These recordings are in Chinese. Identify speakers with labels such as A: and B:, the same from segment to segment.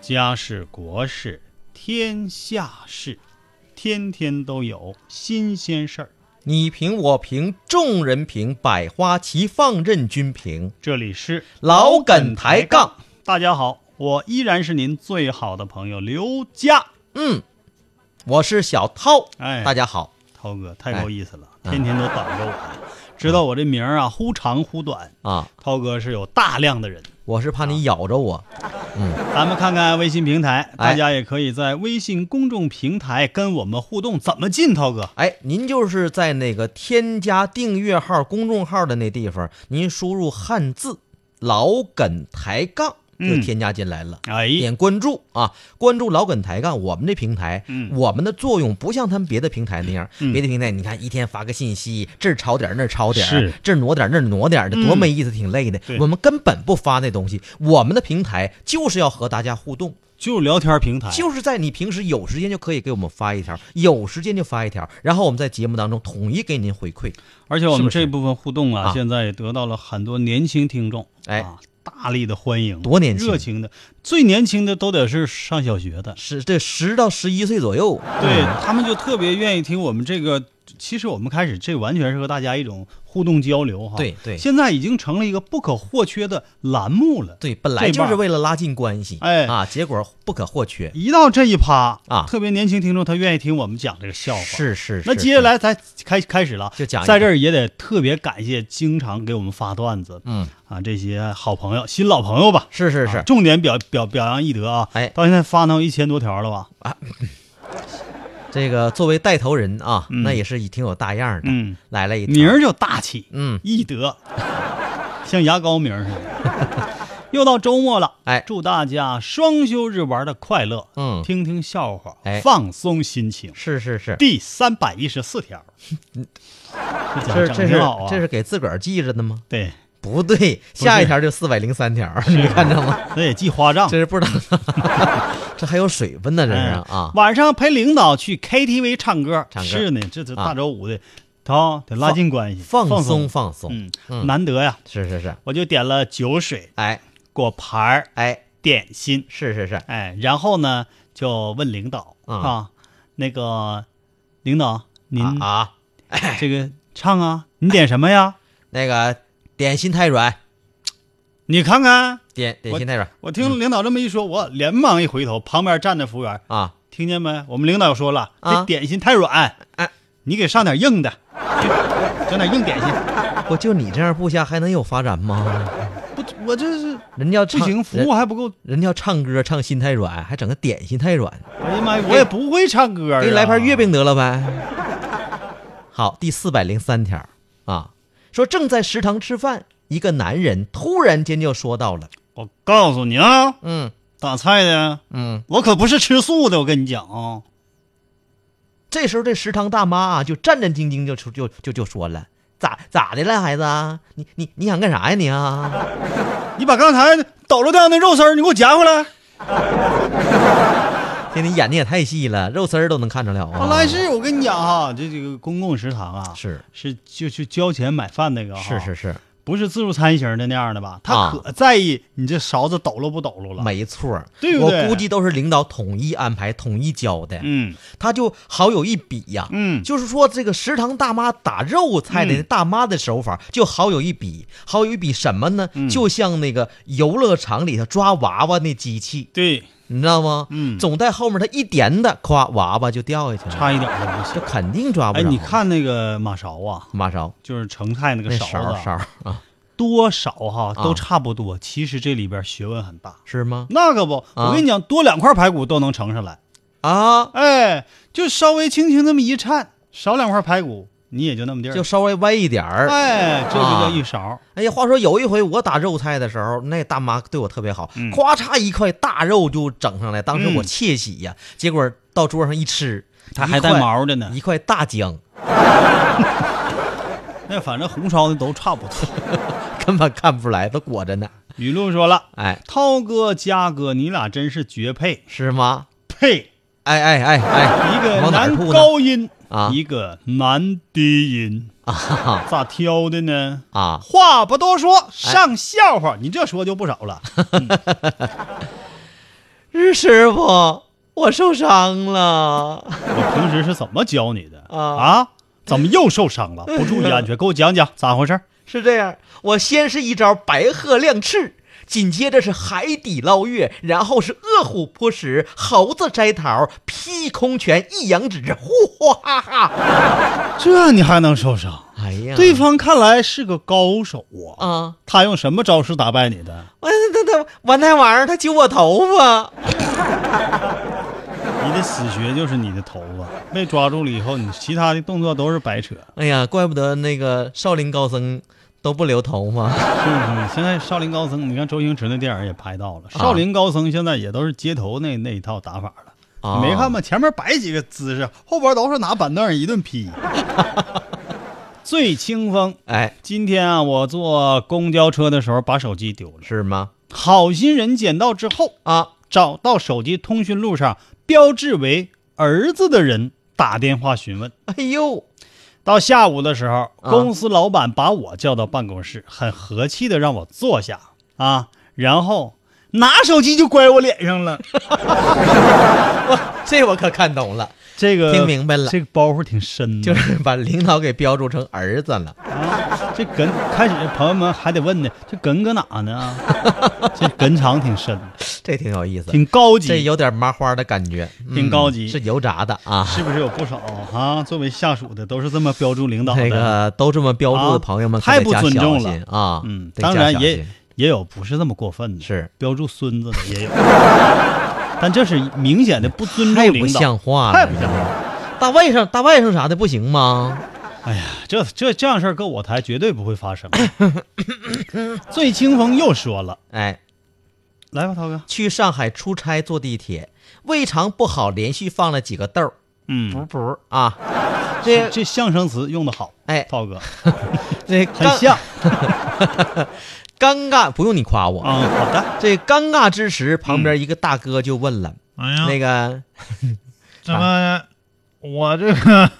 A: 家事国事天下事，天天都有新鲜事儿。
B: 你评我评，众人评，百花齐放，任君评。
A: 这里是
B: 老梗抬杠，
A: 大家好，我依然是您最好的朋友刘佳。
B: 嗯，我是小涛，
A: 哎
B: 大家好，
A: 涛哥太够意思了，
B: 哎
A: 天天都挡着我呀，知道我这名儿啊忽长忽短。
B: 啊，
A: 涛哥是有大量的人，
B: 我是怕你咬着我，
A: 咱们看看微信平台，
B: 哎
A: 大家也可以在微信公众平台跟我们互动，怎么进？涛哥，
B: 哎，您就是在那个添加订阅号、公众号的那地方，您输入汉字“老梗抬杠”就
A: 嗯
B: 添加进来了。
A: 哎，
B: 点关注啊，关注老梗抬杠，我们这平台，
A: 嗯
B: 我们的作用不像他们别的平台那样，
A: 嗯
B: 别的平台你看一天发个信息，这儿抄点儿那儿抄点儿
A: 是，
B: 这儿挪点儿那儿挪点儿的，
A: 嗯
B: 多没意思，挺累的
A: 对。
B: 我们根本不发那东西，我们的平台就是要和大家互动，
A: 就是聊天平台，
B: 就是在你平时有时间就可以给我们发一条，有时间就发一条，然后我们在节目当中统一给您回馈。
A: 而且我
B: 是
A: 们
B: 不是
A: 这部分互动啊，
B: 啊
A: 现在也得到了很多年轻听众，
B: 哎
A: 啊，大力的欢迎，
B: 多年轻
A: 热情的，最年轻的都得是上小学的，
B: 是这十到十一岁左右，
A: 对
B: 嗯
A: 他们就特别愿意听我们这个。其实我们开始这完全是和大家一种互动交流哈，
B: 对对
A: 现在已经成了一个不可或缺的栏目了。
B: 对，本来
A: 这
B: 就
A: 半
B: 是
A: 儿
B: 为了拉近关系，
A: 哎
B: 啊，结果不可或缺。
A: 一到这一趴
B: 啊
A: 特别年轻听众他愿意听我们讲这个笑话。
B: 是是，
A: 那
B: 是
A: 接下来咱开开始了，
B: 就讲一
A: 在
B: 个
A: 这儿也得特别感谢经常给我们发段子，
B: 嗯
A: 啊这些好朋友、新老朋友吧，
B: 是是
A: 啊
B: 是，
A: 重点表表表扬一德啊！
B: 哎
A: 到现在发到一千多条了吧？
B: 这个作为带头人啊，
A: 嗯
B: 那也是挺有大样儿的，
A: 嗯，
B: 来了一条
A: 名儿就大气，
B: 嗯，
A: 一德，像牙膏名儿似的。 又到周末了，
B: 哎
A: 祝大家双休日玩的快乐，
B: 嗯
A: 听听笑话，
B: 哎
A: 放松心情。
B: 是是是，
A: 第三百一十四 条，这
B: 这
A: 讲得
B: 这
A: 挺
B: 是
A: 好啊，
B: 这是给自个儿记着的吗？
A: 对，
B: 不对，下一条就四百零三条，你看着吗？
A: 那也记花账。
B: 这是不知道， 这还有水分呢，这是
A: 哎
B: 啊，
A: 晚上陪领导去 KTV 唱歌，
B: 唱歌
A: 是呢，这是
B: 啊
A: 大周五的，涛得拉近关系，
B: 放
A: 松
B: 松，放松，
A: 嗯，
B: 嗯
A: 难得呀，
B: 是是是，
A: 我就点了酒水、
B: 哎
A: 果盘儿、
B: 哎，
A: 点心，
B: 是是是，
A: 哎，然后呢就问领导、
B: 嗯
A: 啊，那个领导您
B: 啊啊，
A: 这个唱啊，你点什么呀？
B: 那个点心太软，
A: 你看看，
B: 点点心太软
A: 我听领导这么一说，我连忙一回头，旁边站着服务员，
B: 啊，
A: 听见没？我们领导说了，
B: 啊
A: 这点心太软，
B: 哎
A: 你给上点硬 的，整点硬点心。
B: 不就你这样部下还能有发展吗？
A: 不，我这是
B: 人家要
A: 不
B: 唱
A: 行，服
B: 人
A: 务还不够。
B: 人家要唱歌唱心太软，还整个点心太软，
A: 哎呀妈呀，我也不会唱歌、啊。
B: 给你来盘月。饼得了呗。好，第四百零三条啊，说正在食堂吃饭，一个男人突然间就说到了，
A: 我告诉你啊，
B: 嗯
A: 打菜的，
B: 嗯，
A: 我可不是吃素的，我跟你讲啊。
B: 这时候这食堂大妈啊就战战兢兢就出就就就说了，咋咋的了孩子啊，你你你想干啥呀你啊？
A: 你把刚才抖落掉那肉丝儿，你给我夹回来。
B: 天，你眼睛也太细了，肉丝儿都能看着了啊。
A: 本哦来是我跟你讲哈，这这个公共食堂啊，
B: 是
A: 是就去交钱买饭那个哈，啊
B: 是是，是，
A: 不是自助餐型的那样的吧？他
B: 啊
A: 可在意你这勺子抖落不抖落了。
B: 没错儿，
A: 对不对
B: 我估计都是领导统一安排、统一教的，
A: 嗯
B: 他就好有一比呀、
A: 嗯，
B: 就是说，这个食堂大妈打肉菜的
A: 嗯
B: 大妈的手法就好有一比，好有一比什么呢？
A: 嗯
B: 就像那个游乐场里头抓娃娃那机器，
A: 对，
B: 你知道吗？
A: 嗯
B: 总在后面它一点的，夸娃娃就掉下去了，
A: 差一点儿都不行
B: 这。肯定抓不
A: 哎，
B: 着。
A: 你看那个马勺啊，
B: 马勺
A: 就是盛菜那个
B: 那
A: 勺
B: 勺
A: 子
B: 儿
A: 啊，
B: 勺儿啊，
A: 多少哈
B: 啊
A: 都差不多，其实这里边学问很大。
B: 是吗？
A: 那可不，
B: 啊
A: 我跟你讲，多两块排骨都能盛上来。
B: 啊，
A: 哎，就稍微轻轻那么一颤，少两块排骨，你也就那么地儿，
B: 就稍微歪一点儿。
A: 哎，这就叫
B: 啊
A: 一勺。
B: 哎呀，话说有一回我打肉菜的时候，那大妈对我特别好，
A: 嗯
B: 咵嚓一块大肉就整上来，当时我
A: 嗯
B: 窃喜呀、结果到桌上一吃，
A: 它
B: 一
A: 还带
B: 块
A: 毛的呢
B: 一块大姜，
A: 那哎反正红烧的都差不多。
B: 根本看不出来，都裹着呢。
A: 语录说了，
B: 哎，
A: 涛哥、嘉哥，你俩真是绝配，
B: 是吗？
A: 配
B: 哎哎哎哎，
A: 一个
B: 往哪儿
A: 男
B: 吐呢
A: 高音
B: 啊
A: 一个男低音，
B: 啊哈哈
A: 咋挑的呢？哎
B: 啊！
A: 话不多说，上笑话，你这说就不少了。
B: 师傅，我受伤了。
A: 我平时是怎么教你的
B: 啊
A: 怎么又受伤 了？不注意安全，给我讲讲咋 回事？
B: 是这样，我先是一招白鹤亮翅，紧接着是海底捞月，然后是饿虎扑食，猴子摘桃，劈空拳，一扬指，呼哈哈！
A: 这你还能受伤？
B: 哎呀，
A: 对方看来是个高手啊！
B: 啊，
A: 他用什么招式打败你的？
B: 完他他完那玩意儿，他揪我头发，
A: 你的死穴就是你的头发，被抓住了以后，你其他的动作都是白扯。
B: 哎呀，怪不得那个少林高僧都不留头发。
A: 是不是？现在少林高僧，你看周星驰那电影也拍到了，少林高僧现在也都是街头那那一套打法了。
B: 啊
A: 你没看吗？前面摆几个姿势，后边都是拿板凳一顿劈。醉清风，
B: 哎，
A: 今天啊，我坐公交车的时候把手机丢了，
B: 是吗？
A: 好心人捡到之后，
B: 啊，
A: 找到手机通讯录上标志为儿子的人打电话询问。
B: 哎呦，
A: 到下午的时候，
B: 啊
A: 公司老板把我叫到办公室，很和气的让我坐下啊，然后拿手机就拐我脸上了。
B: 这我可看懂了，
A: 这个
B: 听明白了
A: 这个包袱挺深
B: 就
A: 的。
B: 是把领导给标注成儿子了。
A: 啊，这梗开始朋友们还得问呢，这梗搁哪呢？啊这梗场挺深，
B: 这挺有意思，
A: 挺高
B: 这
A: 级，
B: 有点麻花的感觉，嗯
A: 挺高级
B: 是油炸的啊。
A: 是不是有不少啊？作为下属的都是这么标注领导的。
B: 那个都这么标注的朋友们，
A: 啊太不尊重
B: 可得
A: 了
B: 加小心啊！
A: 嗯，
B: 得加
A: 当然
B: 小
A: 也
B: 心
A: 也有不是这么过分的，
B: 是
A: 标注孙子的也有， 但这是明显的不尊
B: 太
A: 重
B: 不
A: 领导，
B: 像话
A: 太不像
B: 了。
A: 话。
B: 大外甥、大外甥啥的不行吗？
A: 哎呀，这这这样事儿搁我台绝对不会发生。醉清风又说了，
B: 哎，
A: 来吧，涛哥，
B: 去上海出差坐地铁，胃肠不好，连续放了几个豆儿，噗
A: 嗯，
B: 噗啊！这
A: 这相声词用的好，
B: 哎，
A: 涛哥
B: 这
A: 很
B: 尴
A: 像
B: 尴尬，不用你夸我。
A: 啊。好的，
B: 这尴尬之时，旁边一个大哥就问了：“
C: 哎
A: 啊
C: 呀，
B: 那个
C: 怎么我这个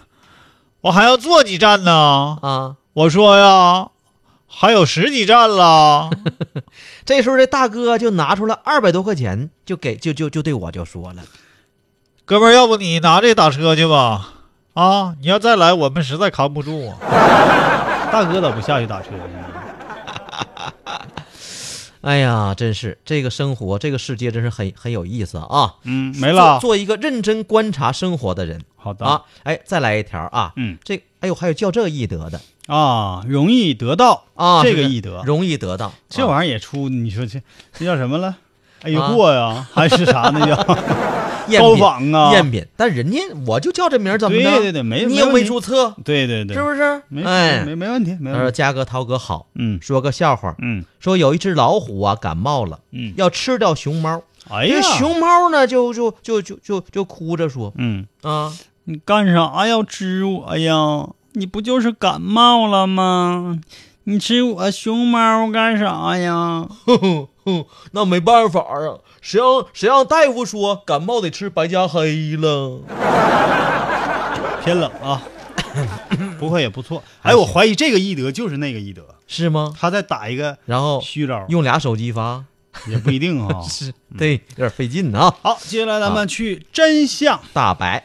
C: 我还要坐几站呢？
B: 啊，
C: 我说呀，还有十几站了。
B: 这时候这大哥就拿出了二百多块钱，就给就就就对我就说了，
C: 哥们儿，要不你拿这打车去吧？啊，你要再来，我们实在扛不住啊！
A: 大哥咋不下去打车呢？
B: 哎呀，真是这个生活，这个世界真是很很有意思啊！
A: 嗯，没了。
B: 做，做一个认真观察生活的人
A: 好的
B: 啊！哎，再来一条啊，
A: 嗯
B: 这哎呦，还有教这易得的
A: 啊，容易得到
B: 啊，
A: 这
B: 是
A: 个
B: 的
A: 易得，
B: 容易得到，
A: 这
B: 意
A: 玩意儿也出，你说这这叫什么了？哎呦货呀，还是啥那叫？
B: 啊 赝
A: 高
B: 品
A: 仿啊
B: 赝品，但人家我就叫这名儿怎么的？
A: 对对对没
B: 你
A: 没
B: 又
A: 问
B: 没
A: 题
B: 注册，
A: 对对对，
B: 是不是？
A: 没
B: 哎
A: 没，没问题，没
B: 他说
A: 问题。
B: 嘉哥、涛哥好，
A: 嗯
B: 说个笑话，
A: 嗯
B: 说有一只老虎啊感冒了，
A: 嗯，
B: 要吃掉熊猫。
A: 哎
B: 这
A: 呀，
B: 熊猫呢，就就就就就就哭着说
A: 嗯，
B: 啊，
A: 你干啥要吃我哎呀？你不就是感冒了吗？你吃我熊猫干啥呀？
B: 哼哼哼， 那没办法啊，谁让谁让大夫说感冒得吃白加黑了？
A: 偏冷啊， 不会也不错。哎，我怀疑这个易德就是那个易德，
B: 是吗？
A: 他再打一个
B: 然
D: 哦
B: 后
A: 虚招，
B: 用俩手机发，
A: 也不一定 啊。
B: 是对，有点费劲啊。
A: 好，接下来咱们去真相。
D: 啊
B: 大白，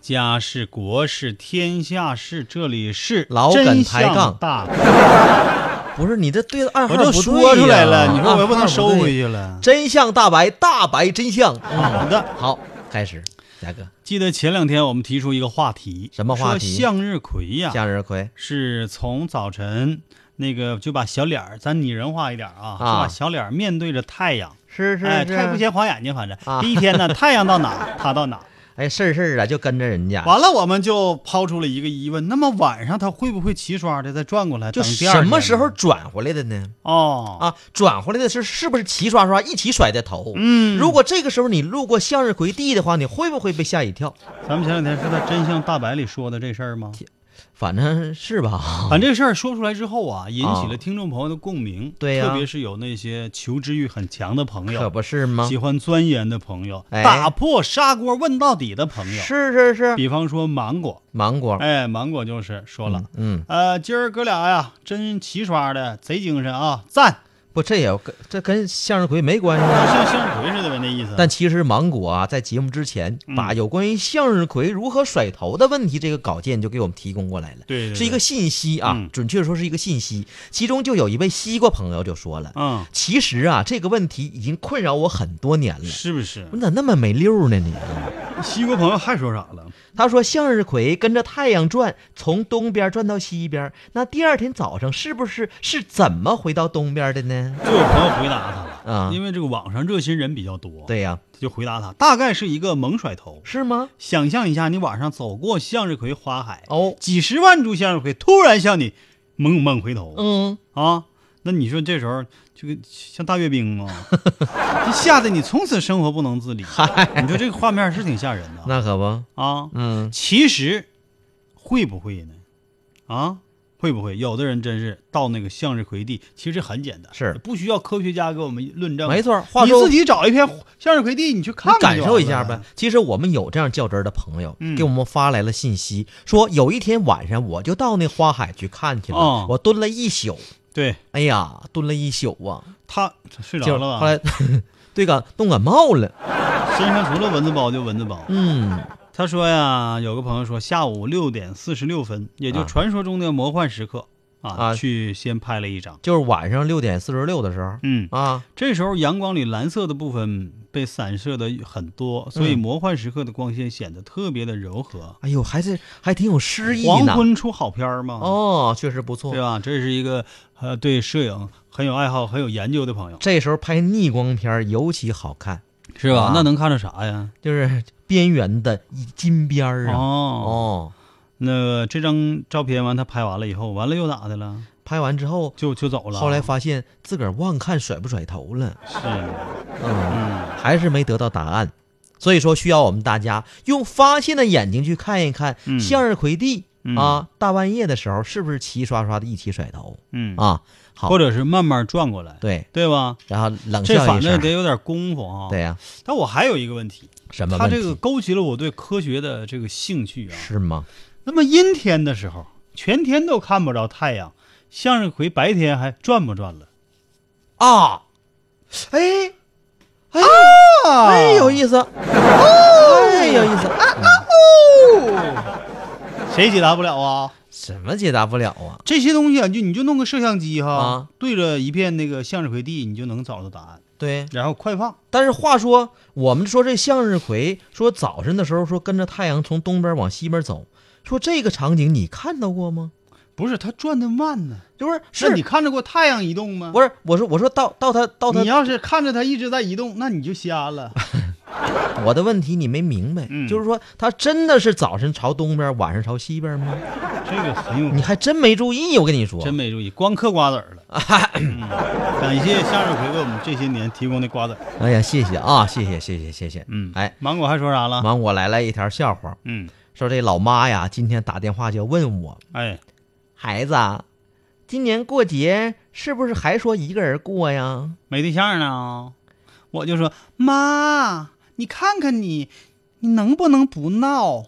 A: 家事、国事、天下事，这里是
B: 老梗
A: 真
B: 抬
A: 相
B: 杠
A: 大
B: 不是你这对的暗号
A: 我就
B: 不对
A: 说出来
B: 呀
A: 了，你说我也不能
B: 暗号
A: 收
B: 对嗯
A: 回去了。
B: 真相大白，大白真相。好
A: 的，
B: 好，开始，大哥，
A: 记得前两天我们提出一个话题，
B: 什么话题
A: 说向日葵呀、
B: 向日葵，
A: 是从早晨那个就把小脸儿，咱拟人化一点啊，就把小脸儿面对着太阳，
B: 是是
A: 哎，
B: 是，
A: 太不嫌划眼睛，反正、
B: 啊
A: 第一天呢，太阳 到哪他到哪。
B: 哎，事儿事儿啊，就跟着人家，
A: 完了，我们就抛出了一个疑问：那么晚上他会不会齐刷的再转过来？
B: 就
A: 等第二天
B: 什么时候
A: 呢
B: 转回来的呢？
A: 哦？
B: 啊，转回来的是是不是齐刷刷一起甩的头？
A: 嗯，
B: 如果这个时候你路过向日葵地的话，你会不会被吓一跳？
A: 咱们前两天是在《真相大白》里说的这事儿吗？
B: 反正是吧，
A: 反正这事儿说出来之后啊，引
B: 啊
A: 起了听众朋友的共鸣，
B: 对呀
A: 特别是有那些求知欲很强的朋
B: 可
A: 友，
B: 不是吗
A: 喜？欢钻研的朋友，
B: 哎
A: 打破砂锅问到底的朋友。
B: 是是是，
A: 比方说芒果，
B: 芒果，
A: 哎，芒果就是说了，
B: 嗯，
A: 呃，今儿哥俩呀，真齐刷的，贼精神啊，赞，
B: 不，这也跟这跟向日葵没关系啊。
A: 像向日葵似的呗，那意思。
B: 但其实芒果啊，在节目之前
A: 嗯
B: 把有关于向日葵如何甩头的问题这个稿件就给我们提供过来了，
A: 对对对
B: 是一个信息啊，
A: 嗯
B: 准确说是一个信息。其中就有一位西瓜朋友就说了，
A: 嗯，
B: 其实啊，这个问题已经困扰我很多年了，
A: 是不是？
B: 你咋那么没溜呢你？啊
A: 西瓜朋友还说啥了？
B: 他说向日葵跟着太阳转，从东边转到西边，那第二天早上是不是是怎么回到东边的呢？
A: 就有朋友回答他了，
B: 啊
A: 因为这个网上热心人比较多，，
B: 对呀、
A: 就回答他，大概是一个猛甩头。
B: 是吗？
A: 想象一下，你晚上走过向日葵花海，
B: 哦，
A: 几十万株向日葵突然向你猛猛回头，
B: 嗯，
A: 啊，那你说这时候这个像大阅兵吗？这吓得你从此生活不能 自理。你说这个画面是挺吓人的
B: 那可不，
A: 啊。
B: 嗯，
A: 其实会不会呢？啊，会不会？有的人真是到那个向日葵地，其实很简单，
B: 是
A: 不需要科学家给我们论证。
B: 没，错。话
A: 你
B: 说
A: 自己找一片向日葵地，你去看
B: 你感
A: 看就
B: 受一
A: 完
B: 下
A: 了
B: 呗。。其实我们有这样较真儿的朋友，
A: 嗯
B: 给我们发来了信息，说有一天晚上我就到那花海去看去了，
A: 哦
B: 我蹲了一宿，
A: 对
B: 哎呀，蹲了一宿啊，
A: 他睡着
B: 就
A: 了
B: 后
A: 吧？
B: 来 对感冻感冒了，
A: 身上除了蚊子包就蚊子包。
B: 嗯，
A: 他说呀，有个朋友说下午六点四十六分，也就
B: 啊
A: 传说中的魔幻时刻啊，
B: 啊
A: 去先拍了一张。
B: 就是晚上六点四十六的时候
A: 嗯，
B: 啊，
A: 这时候阳光里蓝色的部分被散射的很多，所
B: 嗯
A: 以魔幻时刻的光线显得特别的柔和。
B: 哎呦，还是还挺有诗意
A: 黄
B: 呢。
A: 昏出好片儿嘛，
B: 哦，确实不错
A: 对。啊吧？这是一个呃对摄影很有爱好、很有研究的朋友，
B: 这时候拍逆光片儿尤其好看，
A: 是吧？
B: 啊
A: 那能看着啥呀？
B: 就是边缘的金边儿啊。
A: 哦，
B: 哦，
A: 那这张照片完，他拍完了以后，完了又咋的了？
B: 拍完之后
A: 就就走了。
B: 后来发现自个儿忘看甩不甩头了，
A: 是，
B: 嗯，
A: 嗯，
B: 还是没得到答案，所以说需要我们大家用发现的眼睛去看一看
A: 嗯
B: 向日葵地、
A: 嗯
B: 啊，大半夜的时候是不是齐刷刷的一起甩头
A: 嗯，
B: 啊？好，嗯
A: 或者是慢慢转过来，
B: 对，
A: 对吧？
B: 然后冷
A: 这
B: 笑
A: 反
B: 一
A: 正
B: 声，
A: 得有点功夫啊。
B: 对，呀、啊
A: 但我还有一个问题，
B: 什么
A: 它
B: 问
A: 这
B: 题？
A: 个勾起了我对科学的这个兴趣啊。
B: 是吗？
A: 那么阴天的时候，全天都看不着太阳，向日葵白天还转不转了？
B: 啊，哎，哎，
A: 啊
B: 哎，有意思，哎，有意思，
A: 谁解答不了啊？
B: 什么解答不了啊？
A: 这些东西啊，就你就弄个摄像机哈，
B: 啊
A: 对着一片那个向日葵地，你就能找到答案，
B: 对，
A: 然后快放。
B: 但是话说，我们说这向日葵，说早晨的时候说跟着太阳从东边往西边走，说这个场景你看到过吗？
A: 不是它转的慢呢，
B: 就是
A: 那你
B: 是，
A: 看着过太阳移动吗？
B: 不是我说我说到到他到
A: 你
B: 他，
A: 要是看着它一直在移动，那你就瞎了。
B: 我的问题你没明白，
A: 嗯
B: 就是说他真的是早晨朝东边，晚上朝西边吗？
A: 这个很有
B: 你还真没注意，我跟你说，
A: 真没注意，光嗑瓜子 儿了、嗯感谢向日葵为我们这些年提供的瓜子儿。
B: 哎呀，谢谢啊，谢谢谢谢谢谢，
A: 嗯，
B: 哎，
A: 芒果还说啥了？
B: 芒果来了一条笑话，
A: 嗯，
B: 说这老妈呀，今天打电话就问我，
A: 哎，
B: 孩子啊，今年过节是不是还说一个人过呀？
A: 没对象呢，哦我就说妈，你看看你，你能不能不闹？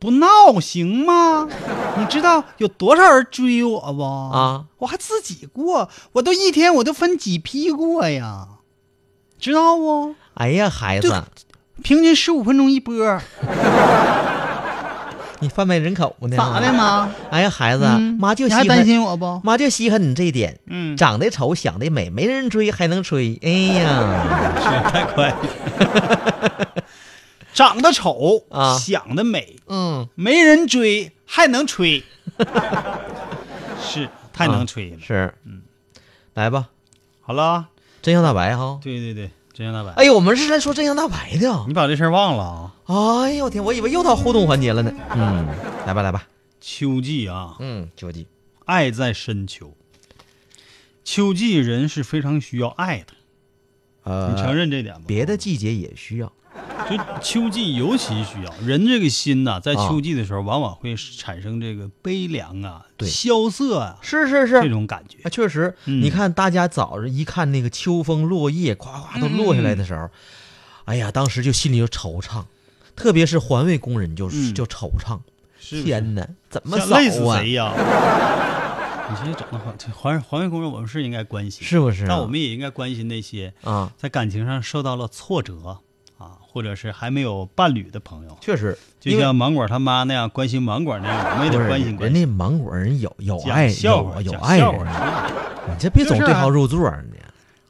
A: 不闹行吗？你知道有多少人追我不？
B: 啊，
A: 我还自己过，我都一天我都分几批过呀，知道不？
B: 哎呀，孩
A: 对
B: 子，
A: 平均十五分钟一波。
B: 你贩卖人口呢？
A: 咋的？妈？
B: 哎呀，孩子，
A: 嗯
B: 妈就
A: 你
B: 稀
A: 还担
B: 罕，
A: 心我 不？
B: 妈就稀罕你这一点。
A: 嗯，
B: 长得丑，想得美，没人追还能吹。哎呀，
C: 太快，
A: 长得丑
B: 啊
A: 想得美，
B: 嗯，
A: 没人追还能 吹，是太能吹了。
B: 是，嗯，来吧，
A: 啊好了，
B: 真相大白哈。
A: 对对对，真相大白，
B: 哎呦，我们是来说真相大白的。
A: 你把这事儿忘了啊？
B: 哎呦我天，我以为又到互动环节了呢。嗯，来吧来吧，
A: 秋季啊，
B: 嗯，九弟，
A: 爱在深秋。秋季人是非常需要爱的，
B: 呃
A: 你承认这点吗？
B: 别的季节也需要。
A: 就秋季尤其需要人这个心呐、在
B: 啊
A: 秋季的时候，往往会产生这个悲凉啊、
B: 对
A: 萧瑟啊
B: 是是是，
A: 这种感觉。
B: 啊，确实，
A: 嗯
B: 你看大家早上一看那个秋风落叶，夸夸都落下
A: 嗯
B: 来的时候，哎呀，当时就心里就惆怅，特别是环卫工人就、
A: 嗯
B: 就惆怅。
A: 是不是
B: 天哪，怎么
A: 想
B: 扫
A: 累死
B: 啊？
A: 谁呀、 你这整的好，这环环卫工人我们是应该关心，
B: 是不是啊、
A: 但我们也应该关心那些
B: 啊，
A: 在感情上受到了挫折啊，或者是还没有伴侣的朋友，
B: 确实，
A: 就
B: 因为
A: 像芒果他妈那样关心芒果那样，我们也
B: 不
A: 得
B: 是
A: 关心关
B: 人
A: 心。
B: 家芒果人有有
A: 讲
B: 爱
A: 笑
B: 有
A: 话，
B: 有
A: 讲
B: 爱
A: 笑
B: 人
A: 话
B: 的，
A: 是吧，
B: 你这别总
A: 就是
B: 对
A: 啊
B: 号入座呢。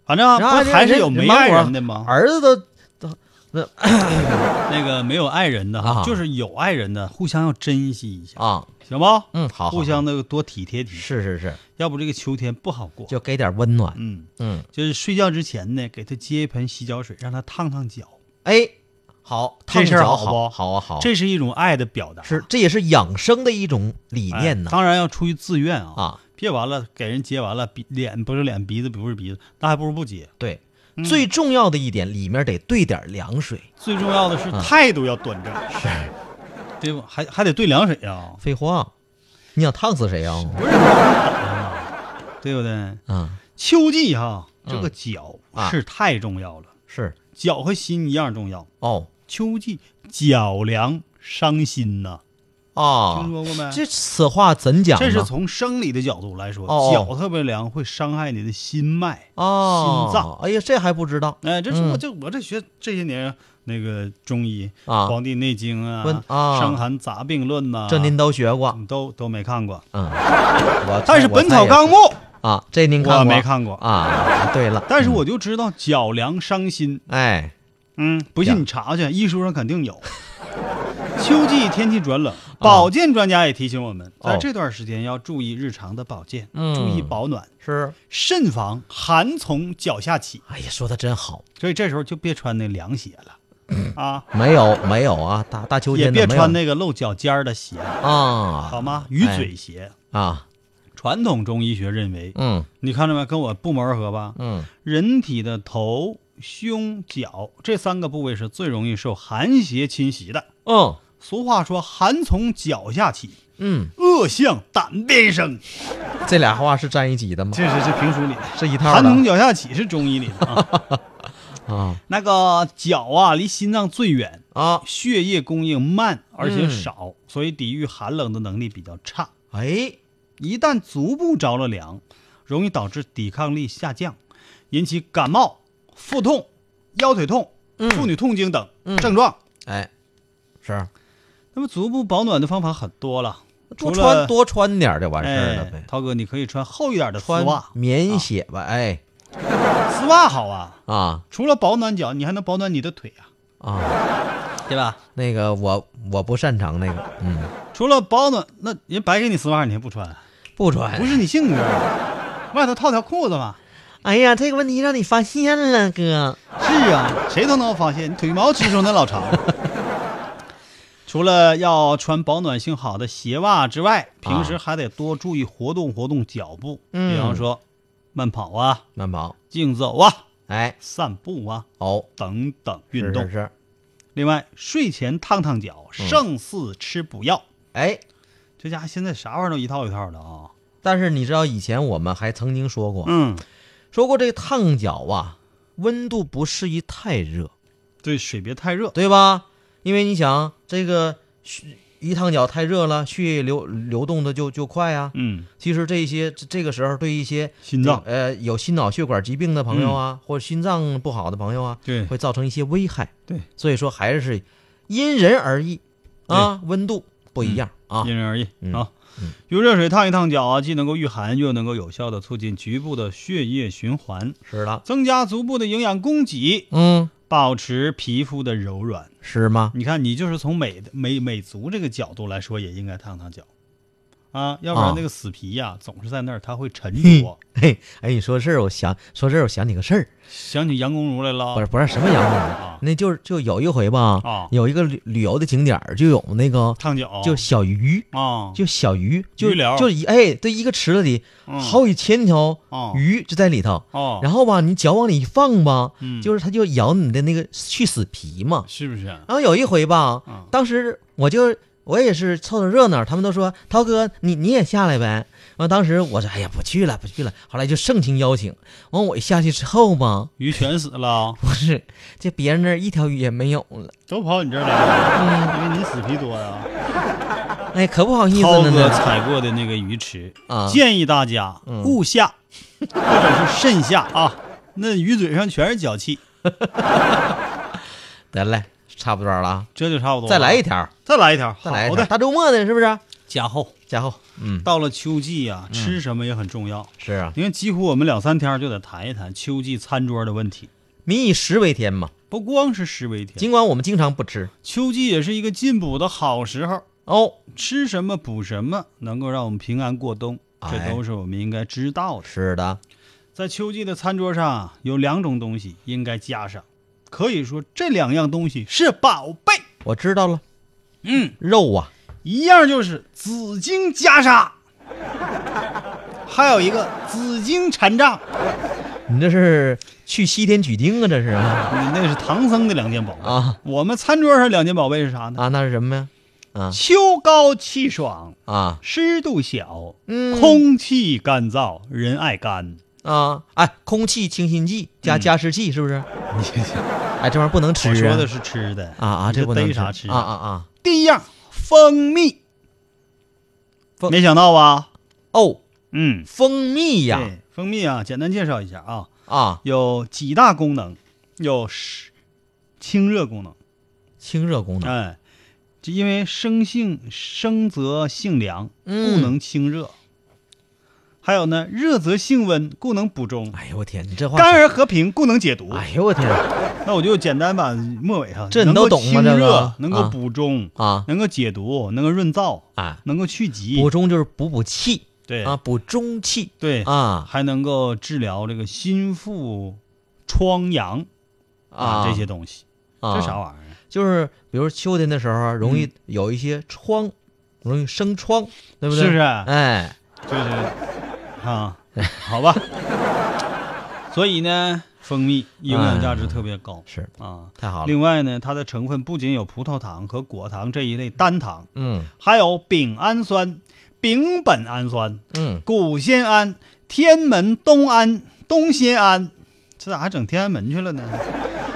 A: 反正啊
B: 然后
A: 不还是有
B: 人
A: 没
B: 人芒
A: 爱
B: 果
A: 人的吗？
B: 儿子都
A: 那个没有爱人的哈，
B: 啊
A: 就是有爱人的，互相要珍惜一下，
B: 啊，
A: 行不？
B: 嗯，好，好
A: 互相的多体贴体贴，
B: 是是是，
A: 要不这个秋天不好过。
B: 就给点温暖。
A: 嗯，
B: 嗯，
A: 就是睡觉之前呢，给他接一盆洗脚水，让他烫烫脚，
B: 哎，好，
A: 这事儿
B: 烫脚
A: 好
B: 好
A: 不
B: 好啊好，
A: 这是一种爱的表达，
B: 是，这也是养生的一种理
A: 哎
B: 念呢、
A: 当然要出于自愿啊，
B: 啊，
A: 别完了给人接完了，鼻脸不是脸，鼻子不是鼻子，那还不如不接。
B: 对，
A: 嗯
B: 最重要的一点，里面得兑点凉水。
A: 最重要的是
B: 嗯
A: 态度要端正， 是，对不？还还得兑凉水啊，
B: 废话，你想烫死谁啊？
A: 对不对？
B: 啊，
A: 秋季哈，这个
B: 嗯
A: 脚
B: 啊
A: 是太重要了，
B: 是
A: 脚和心一样重要。
B: 哦
A: 秋季脚凉伤心呐、听
B: 啊，
A: 说过没？
B: 这此话怎讲呢？
A: 这是从生理的角度来说，
B: 哦
A: 脚特别凉会伤害你的心脉。
B: 哦，
A: 心脏
B: 哎呀，这还不知道
A: 哎，这是
B: 嗯
A: 我这我这学这些年那个中医
B: 啊
A: 黄帝内经》啊，
B: 温啊
A: 伤寒杂病论》呐，
B: 这您都学过。
A: 你都都没看过。
B: 嗯，我
A: 但是《
B: 我
A: 本
B: 猜
A: 草
B: 也
A: 纲
B: 是
A: 目》
B: 啊，这您看过
A: 我没看过，
B: 啊？对 了，
A: 但是我就知道脚凉伤心。
B: 哎，
A: 嗯，不信
B: 呀
A: 你查去，医书上肯定有。 秋季天气转冷，
B: 啊
A: 保健专家也提醒我们，在这段时间要注意日常的保健，
B: 哦嗯
A: 注意保暖，
B: 是，
A: 慎防寒从脚下起。
B: 哎呀，说的真好，
A: 所以这时候就别穿那凉鞋 了，啊，
B: 没有没有啊，大大秋
A: 也
B: 天的
A: 别
B: 没有
A: 穿那个露脚尖儿的鞋，
B: 啊，
A: 好吗？鱼嘴鞋。
B: 啊，
A: 传统中医学认为，
B: 嗯
A: 你看着没，跟我不谋而合吧？
B: 嗯，
A: 人体的头、胸、脚这三个部位是最容易受寒邪侵袭的。
B: 嗯
A: 俗话说：“寒从脚下起，
B: 嗯，
A: 恶向胆边生。
B: 这俩话是粘一起的”吗？
A: 这是这评书里的。
B: 是一套
A: 寒从
B: 的
A: 脚下起是中医里的啊。
B: 啊
A: 那个脚啊，离心脏最远，
B: 啊！
A: 血液供应慢而且
B: 嗯
A: 少，所以抵御寒冷的能力比较差。
B: 哎，
A: 一旦足部着了凉，容易导致抵抗力下降，引起感冒、腹痛、腰腿痛、
B: 嗯
A: 妇女痛经等症状。
B: 哎，是
A: 那么足部保暖的方法很多了，
B: 多
A: 除了
B: 穿多穿点儿就完事儿了
A: 哎
B: 呗，，
A: 涛哥，你可以穿厚一点的丝
B: 穿
A: 袜，
B: 棉鞋吧，哎
A: 丝袜好啊。
B: 啊
A: 除了保暖脚，你还能保暖你的腿啊，
B: 啊，
A: 对吧？
B: 那个我我不擅长那个，嗯，
A: 除了保暖，那人白给你丝袜，你还不穿？
B: 不穿
A: 不。是你性格，啊外头套条裤子嘛。
B: 哎呀，这个问题让你发现了，哥。
A: 是啊，谁都能发现，你腿毛直出那老长。除了要穿保暖性好的鞋袜之外，平时还得多注意活动活动脚步，
B: 嗯
A: 比方说慢跑啊、
B: 慢跑，
A: 竞走啊、
B: 哎，
A: 散步啊
B: 哦，
A: 等等
B: 是
A: 运动。
B: 是是，
A: 另外，睡前烫烫脚，胜似吃补药。
B: 哎，
A: 这家伙现在啥玩意儿都一套一套的啊。
B: 但是你知道以前我们还曾经说过，
A: 嗯，
B: 说过这烫脚啊，温度不适宜太热，
A: 对，水别太热。
B: 对吧？因为你想这个血一烫脚太热了，血液流流动的就就快啊。
A: 嗯，
B: 其实这一些这这个时候对一些
A: 心脏嗯
B: 呃有心脑血管疾病的朋友啊，或者心脏不好的朋友啊，
A: 对
B: 会造成一些危害。
A: 对，
B: 所以说还是因人而异啊，温度不一样啊。
A: 因人而异
B: 嗯
A: 啊
B: 嗯。
A: 用热水烫一烫脚啊，既能够御寒，又能够有效的促进局部的血液循环，
B: 是的，
A: 增加足部的营养供给，
B: 嗯，
A: 保持皮肤的柔软。
B: 是吗？
A: 你看，你就是从美美美足这个角度来说，也应该烫烫脚啊，要不然
B: 啊
A: 那个死皮呀、总是在那儿，它会沉着。
B: 嘿，哎，你说这事儿，我想说这事儿，我想起个事儿，
A: 想起杨公如来了，
B: 不是不是什么羊毛
A: 啊
B: 那就是就有一回吧，
A: 啊
B: 有一个旅旅游的景点儿就有那个
A: 烫脚，
B: 就小鱼，
A: 啊，
B: 就小鱼，就
A: 哦鱼疗
B: 就一哎，对，一个池子里
A: 嗯
B: 好几千条
A: 哦
B: 鱼就在里头，
A: 哦，
B: 然后吧，你脚往里一放吧，
A: 嗯
B: 就是它就咬你的那个去死皮嘛。
A: 是不是？
B: 然后有一回吧，
A: 嗯
B: 当时我就我也是凑凑热闹，他们都说涛哥你你也下来呗。完当时我说哎呀不去了不去了，后来就盛情邀请。完我一下去之后吧，
A: 鱼全死了，
B: 不是这别人那儿一条鱼也没有了，
A: 都跑你这儿来
B: 嗯
A: 了，因为你死皮多呀。
B: 哎可不好意思
A: 涛
B: 了
A: 哥
B: 呢。
A: 踩过的那个鱼池
B: 啊嗯
A: 建议大家勿下，或者是慎下啊。那鱼嘴上全是脚气，
B: 得嘞，差不多了啊，
A: 这就差不多了。
B: 再来一条，
A: 再来一条，
B: 再来一
A: 好
B: 条。
A: 的。
B: 大周末的是不是？
A: 加厚，
B: 加厚，嗯，
A: 到了秋季呀，吃什么也很重要。
B: 是啊，
A: 因为几乎我们两三天就得谈一谈秋季餐桌的问题，
B: 民以食为天嘛。
A: 不光是食为天，
B: 尽管我们经常不吃
A: 秋季也是一个进补的好时候。
B: 哦，
A: 吃什么补什么，能够让我们平安过冬，这
B: 哎
A: 都是我们应该知道的。
B: 是的，
A: 在秋季的餐桌上啊，有两种东西应该加上，可以说这两样东西是宝贝，
B: 我知道了。嗯，肉啊，
A: 一样就是紫荆袈裟，还有一个紫荆禅杖，
B: 你这是去西天取经啊？这是啊，
A: 那那是唐僧的两件宝贝
B: 啊。
A: 我们餐桌上两件宝贝是啥呢？
B: 啊那是什么呀？啊
A: 秋高气爽，
B: 啊
A: 湿度小，
B: 嗯
A: 空气干燥，人爱干。
B: 啊！嗯哎，空气清新剂加加湿器是不是？ 哎，这玩意儿不能吃
A: 我
B: 啊。
A: 说的是吃的
B: 啊啊，
A: 你
B: 这
A: 就
B: 不能
A: 逮啥吃
B: 啊啊啊！
A: 第一样，蜂蜜，
B: 蜂
A: 没想到吧？
B: 哦，
A: 嗯，
B: 蜂蜜呀
A: 对，蜂蜜啊，简单介绍一下啊，
B: 啊，
A: 有几大功能，有是清热功能，
B: 清热功能。
A: 哎，这因为生性生则性凉，
B: 嗯
A: 故能清热。还有呢，热则性温，故能补中；
B: 哎呦我天，你这话
A: 肝而和平，故能解毒。
B: 哎呦我天
A: 那我就简单把末尾上
B: 这你
A: 能
B: 都
A: 够
B: 懂吗
A: 清
B: 这个
A: 热，能够
B: 啊
A: 补中，
B: 啊
A: 能够解毒，能够润燥，
B: 啊！
A: 能够去疾
B: 补，中就是补补气
A: 对
B: 啊，补中气
A: 对
B: 啊
A: 还能够治疗这个心腹疮疡
B: 啊
A: 这些东西。
B: 啊，
A: 这嗯啥玩意儿？
B: 就是比如秋天的时候啊，容易有一些疮，容易生疮，对不对？
A: 是不啊是
B: 哎，
A: 就是啊，好吧。 所以呢，蜂蜜营养价值特别高
B: 哎嗯是
A: 啊。
B: 太好了。
A: 另外呢，它的成分不仅有葡萄糖和果糖这一类单糖，
B: 嗯
A: 还有丙氨酸、丙苯氨酸、
B: 嗯，
A: 谷酰胺、天门冬胺、东酰胺，这咋还整天安门去了呢？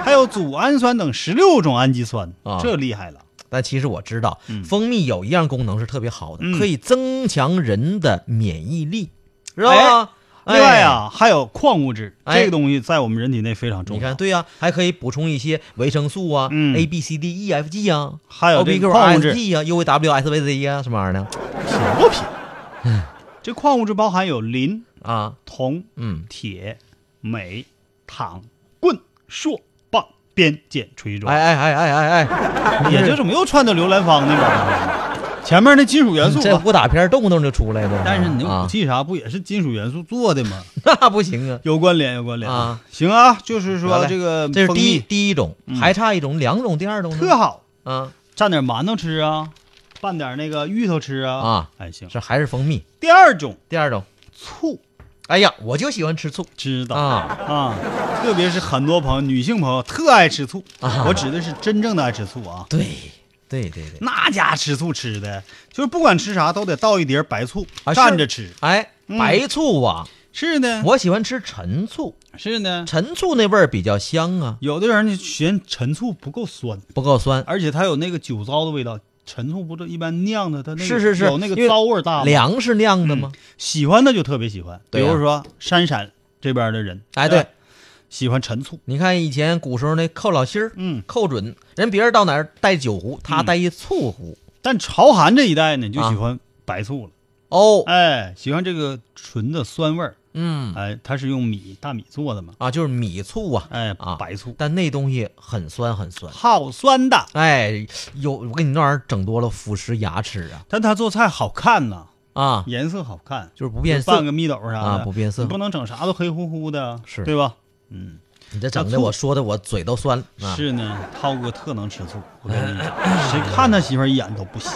A: 还有组氨酸等十六种氨基酸，
B: 啊
A: 这厉害了。
B: 但其实我知道，
A: 嗯
B: 蜂蜜有一样功能是特别好的，
A: 嗯
B: 可以增强人的免疫力，知道吗？
A: 哎另外啊，还有矿物质，
B: 哎
A: 这个东西在我们人体内非常
B: 哎，
A: 重
B: 你
A: 要。
B: 看，对呀、还可以补充一些维生素啊、
A: 嗯
B: a B C D E F G 啊，
A: 还有
B: O
A: 这
B: B
A: 个
B: Q
A: 矿
B: R
A: 物
B: S
A: 质
B: T 啊、U V W S V Z 啊，什么玩意儿的
A: 品不品？这矿物质包含有磷、
B: 啊？
A: 铜、
B: 嗯，
A: 铁、镁、镗、棍、槊、棒、鞭、锏、锤、
B: 哎
A: 桩。
B: 哎哎哎哎哎，
A: 也就怎么又串到刘兰芳那边儿了？前面那金属元素
B: 嗯这
A: 吧，
B: 武打片动不动就出来的，
A: 但是你那武
B: 啊，
A: 器啥不也是金属元素做的吗？
B: 那不行啊。
A: 有关联，有关联
B: 啊！
A: 行啊，就是
B: 得
A: 说
B: 嘞
A: 这个
B: 这是
A: 蜂
B: 第一
A: 蜜嗯
B: 第一种，还差一种，两种，第二种呢
A: 特好，
B: 啊
A: 蘸点馒头吃啊，拌点那个芋头吃啊
B: 啊，
A: 还行。
B: 这还是蜂蜜。
A: 第二种
B: 第二种，
A: 醋，
B: 哎呀，我就喜欢吃醋
A: 知道
B: 啊
A: 啊，特别是很多朋友，女性朋友特爱吃醋
B: 啊。
A: 我指的是真正的爱吃醋啊，
B: 对对对对，
A: 那家吃醋吃的，就是不管吃啥都得倒一碟白醋，
B: 啊
A: 蘸
B: 是
A: 着吃。
B: 哎，
A: 嗯
B: 白醋啊，
A: 是呢，
B: 我喜欢吃陈醋，
A: 是呢。
B: 陈醋那味儿比较香啊，
A: 有的人就嫌陈醋不够酸，
B: 不够酸。
A: 而且它有那个酒糟的味道。陈醋不是一般酿的，它那个
B: 是是是，
A: 有那个
B: 因为
A: 糟味儿大吗？
B: 粮食酿的
A: 嗯
B: 吗？
A: 喜欢的就特别喜欢，比
B: 对呀
A: 如说珊珊这边的人，
B: 哎，
A: 对
B: 对
A: 吧，，喜欢陈醋，
B: 你看以前古时候那扣老心儿，
A: 嗯
B: 扣准人别人到哪儿带酒壶，他带一醋壶，
A: 但朝韩这一带呢，就
B: 啊
A: 喜欢白醋了，
B: 哦，
A: 哎，喜欢这个纯的酸味儿，
B: 嗯
A: 哎，它是用米大米做的嘛，
B: 啊，就是米醋啊，
A: 哎，
B: 啊
A: 白醋
B: 但那东西很酸很酸。
A: 好酸的，
B: 哎，有我给你那玩意儿整多了，腐蚀牙齿啊
A: 但它做菜好看呐，
B: 啊，
A: 颜色好看，
B: 就是不变
A: 半
B: 色。
A: 个蜜豆啥的
B: 啊不变色
A: 你不能整啥都黑乎乎的，
B: 是
A: 对吧？嗯，
B: 你这整
A: 那
B: 的
A: 醋
B: 我说的我嘴都酸了。啊、
A: 是呢，涛哥特能吃醋，我跟 你讲，谁看他媳妇儿一眼都不行。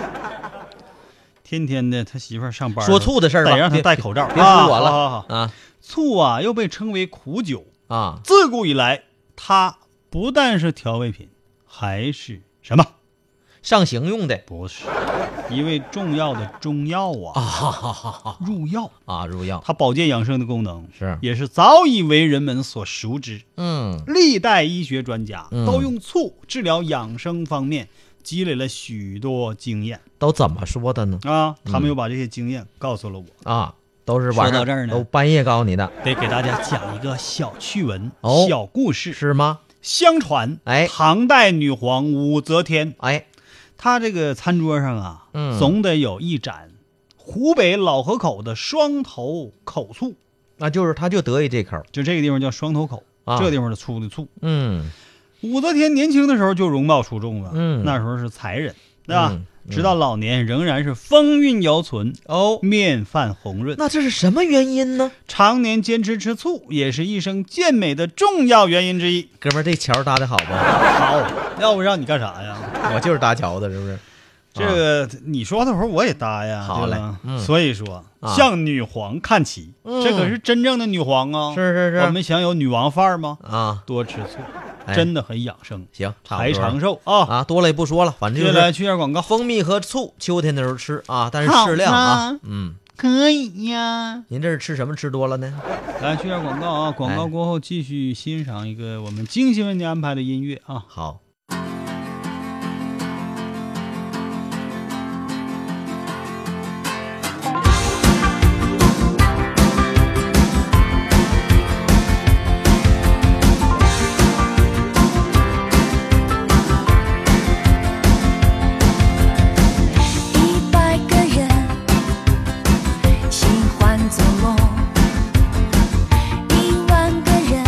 A: 天天的，他媳妇儿上班
B: 说醋的事儿吧
A: 得让他
B: 别
A: 戴口罩。
B: 别说我
A: 啊好好
B: 了
A: 好
B: 啊
A: 醋啊，又被称为苦酒，
B: 啊！
A: 自古以来，它不但是调味品，还是什么？
B: 上刑用的
A: 不是一味重要的中药啊，入药。
B: 啊，入药
A: 它保健养生的功能
B: 是
A: 也是早已为人们所熟知。
B: 嗯
A: 历代医学专家
B: 嗯
A: 都用醋治疗养生方面积累了许多经验
B: 都怎么说的呢？
A: 啊，他
B: 嗯
A: 们又把这些经验告诉了我，
B: 啊，都是晚
A: 说到
B: 上
A: 这儿呢
B: 都半夜告诉你的
A: 得给大家讲一个小趣闻、
B: 哦
A: 小故事。
B: 是吗？
A: 相传，
B: 哎
A: 唐代女皇武则天，
B: 哎，
A: 她这个餐桌上啊，
B: 嗯
A: 总得有一盏湖北老河口的双头口醋，
B: 那就是他就得意这口儿。
A: 就这个地方叫双头口，
B: 啊
A: 这个地方的粗的醋。
B: 嗯
A: 武则天年轻的时候就容貌出众了，
B: 嗯
A: 那时候是才人，对吧？
B: 嗯
A: 直到老年仍然是风韵犹存，
B: 哦，
A: 面泛红润。
B: 那这是什么原因呢？
A: 常年坚持吃醋，也是一生健美的重要原因之一。
B: 哥们儿，这桥搭的好不？
A: 好，要不让你干啥呀？
B: 我就是搭桥的，是不是？
A: 这个你说的时候我也搭呀，
B: 好嘞
A: 对吧
B: 嗯
A: 所以说，
B: 啊
A: 向女皇看齐，
B: 嗯
A: 这可是真正的女皇啊！
B: 是是是
A: 我们想有女王范儿吗？
B: 啊，
A: 多吃醋，
B: 哎
A: 真的很养生，
B: 行，差不
A: 还
B: 多
A: 长
B: 了
A: 寿啊！
B: 啊，多了也不说了，反正
A: 接
B: 就
A: 下来
B: 是
A: 去下广告，
B: 蜂蜜和醋，秋天的时候吃啊，但是适量
A: 好
B: 啊
A: 呢。
B: 嗯，
A: 可以呀。
B: 您这是吃什么吃多了呢？
A: 来去下广告啊！广
B: 哎
A: 告过后继续欣赏一个我们精心为您安排的音乐啊！
B: 好，
E: 一百个人喜欢做梦，一万个人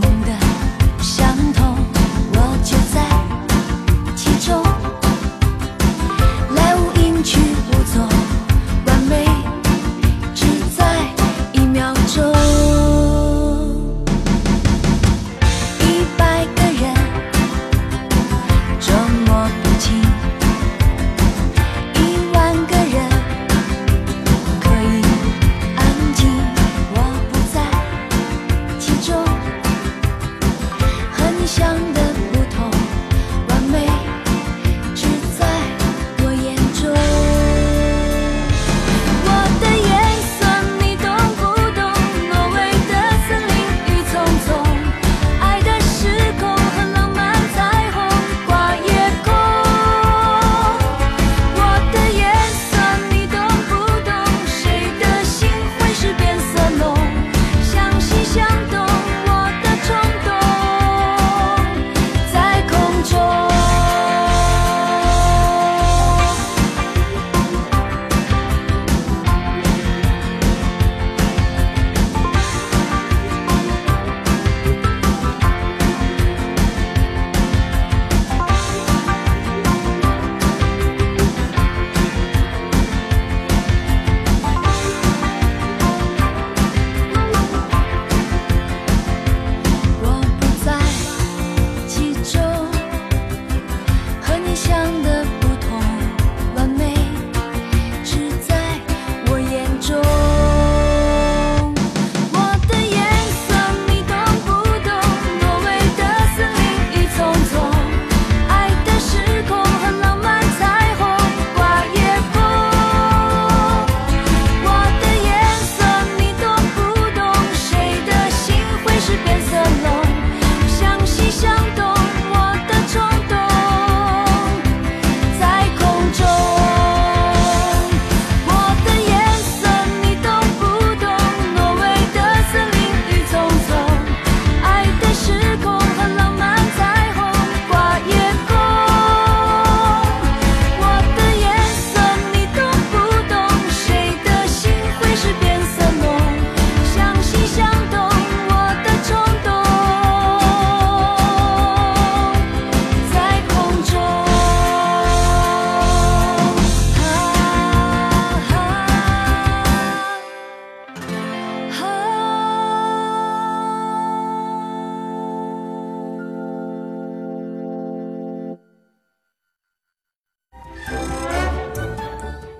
E: 梦的相同。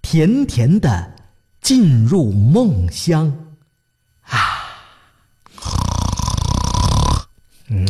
B: 甜甜的进入梦乡。啊，嗯。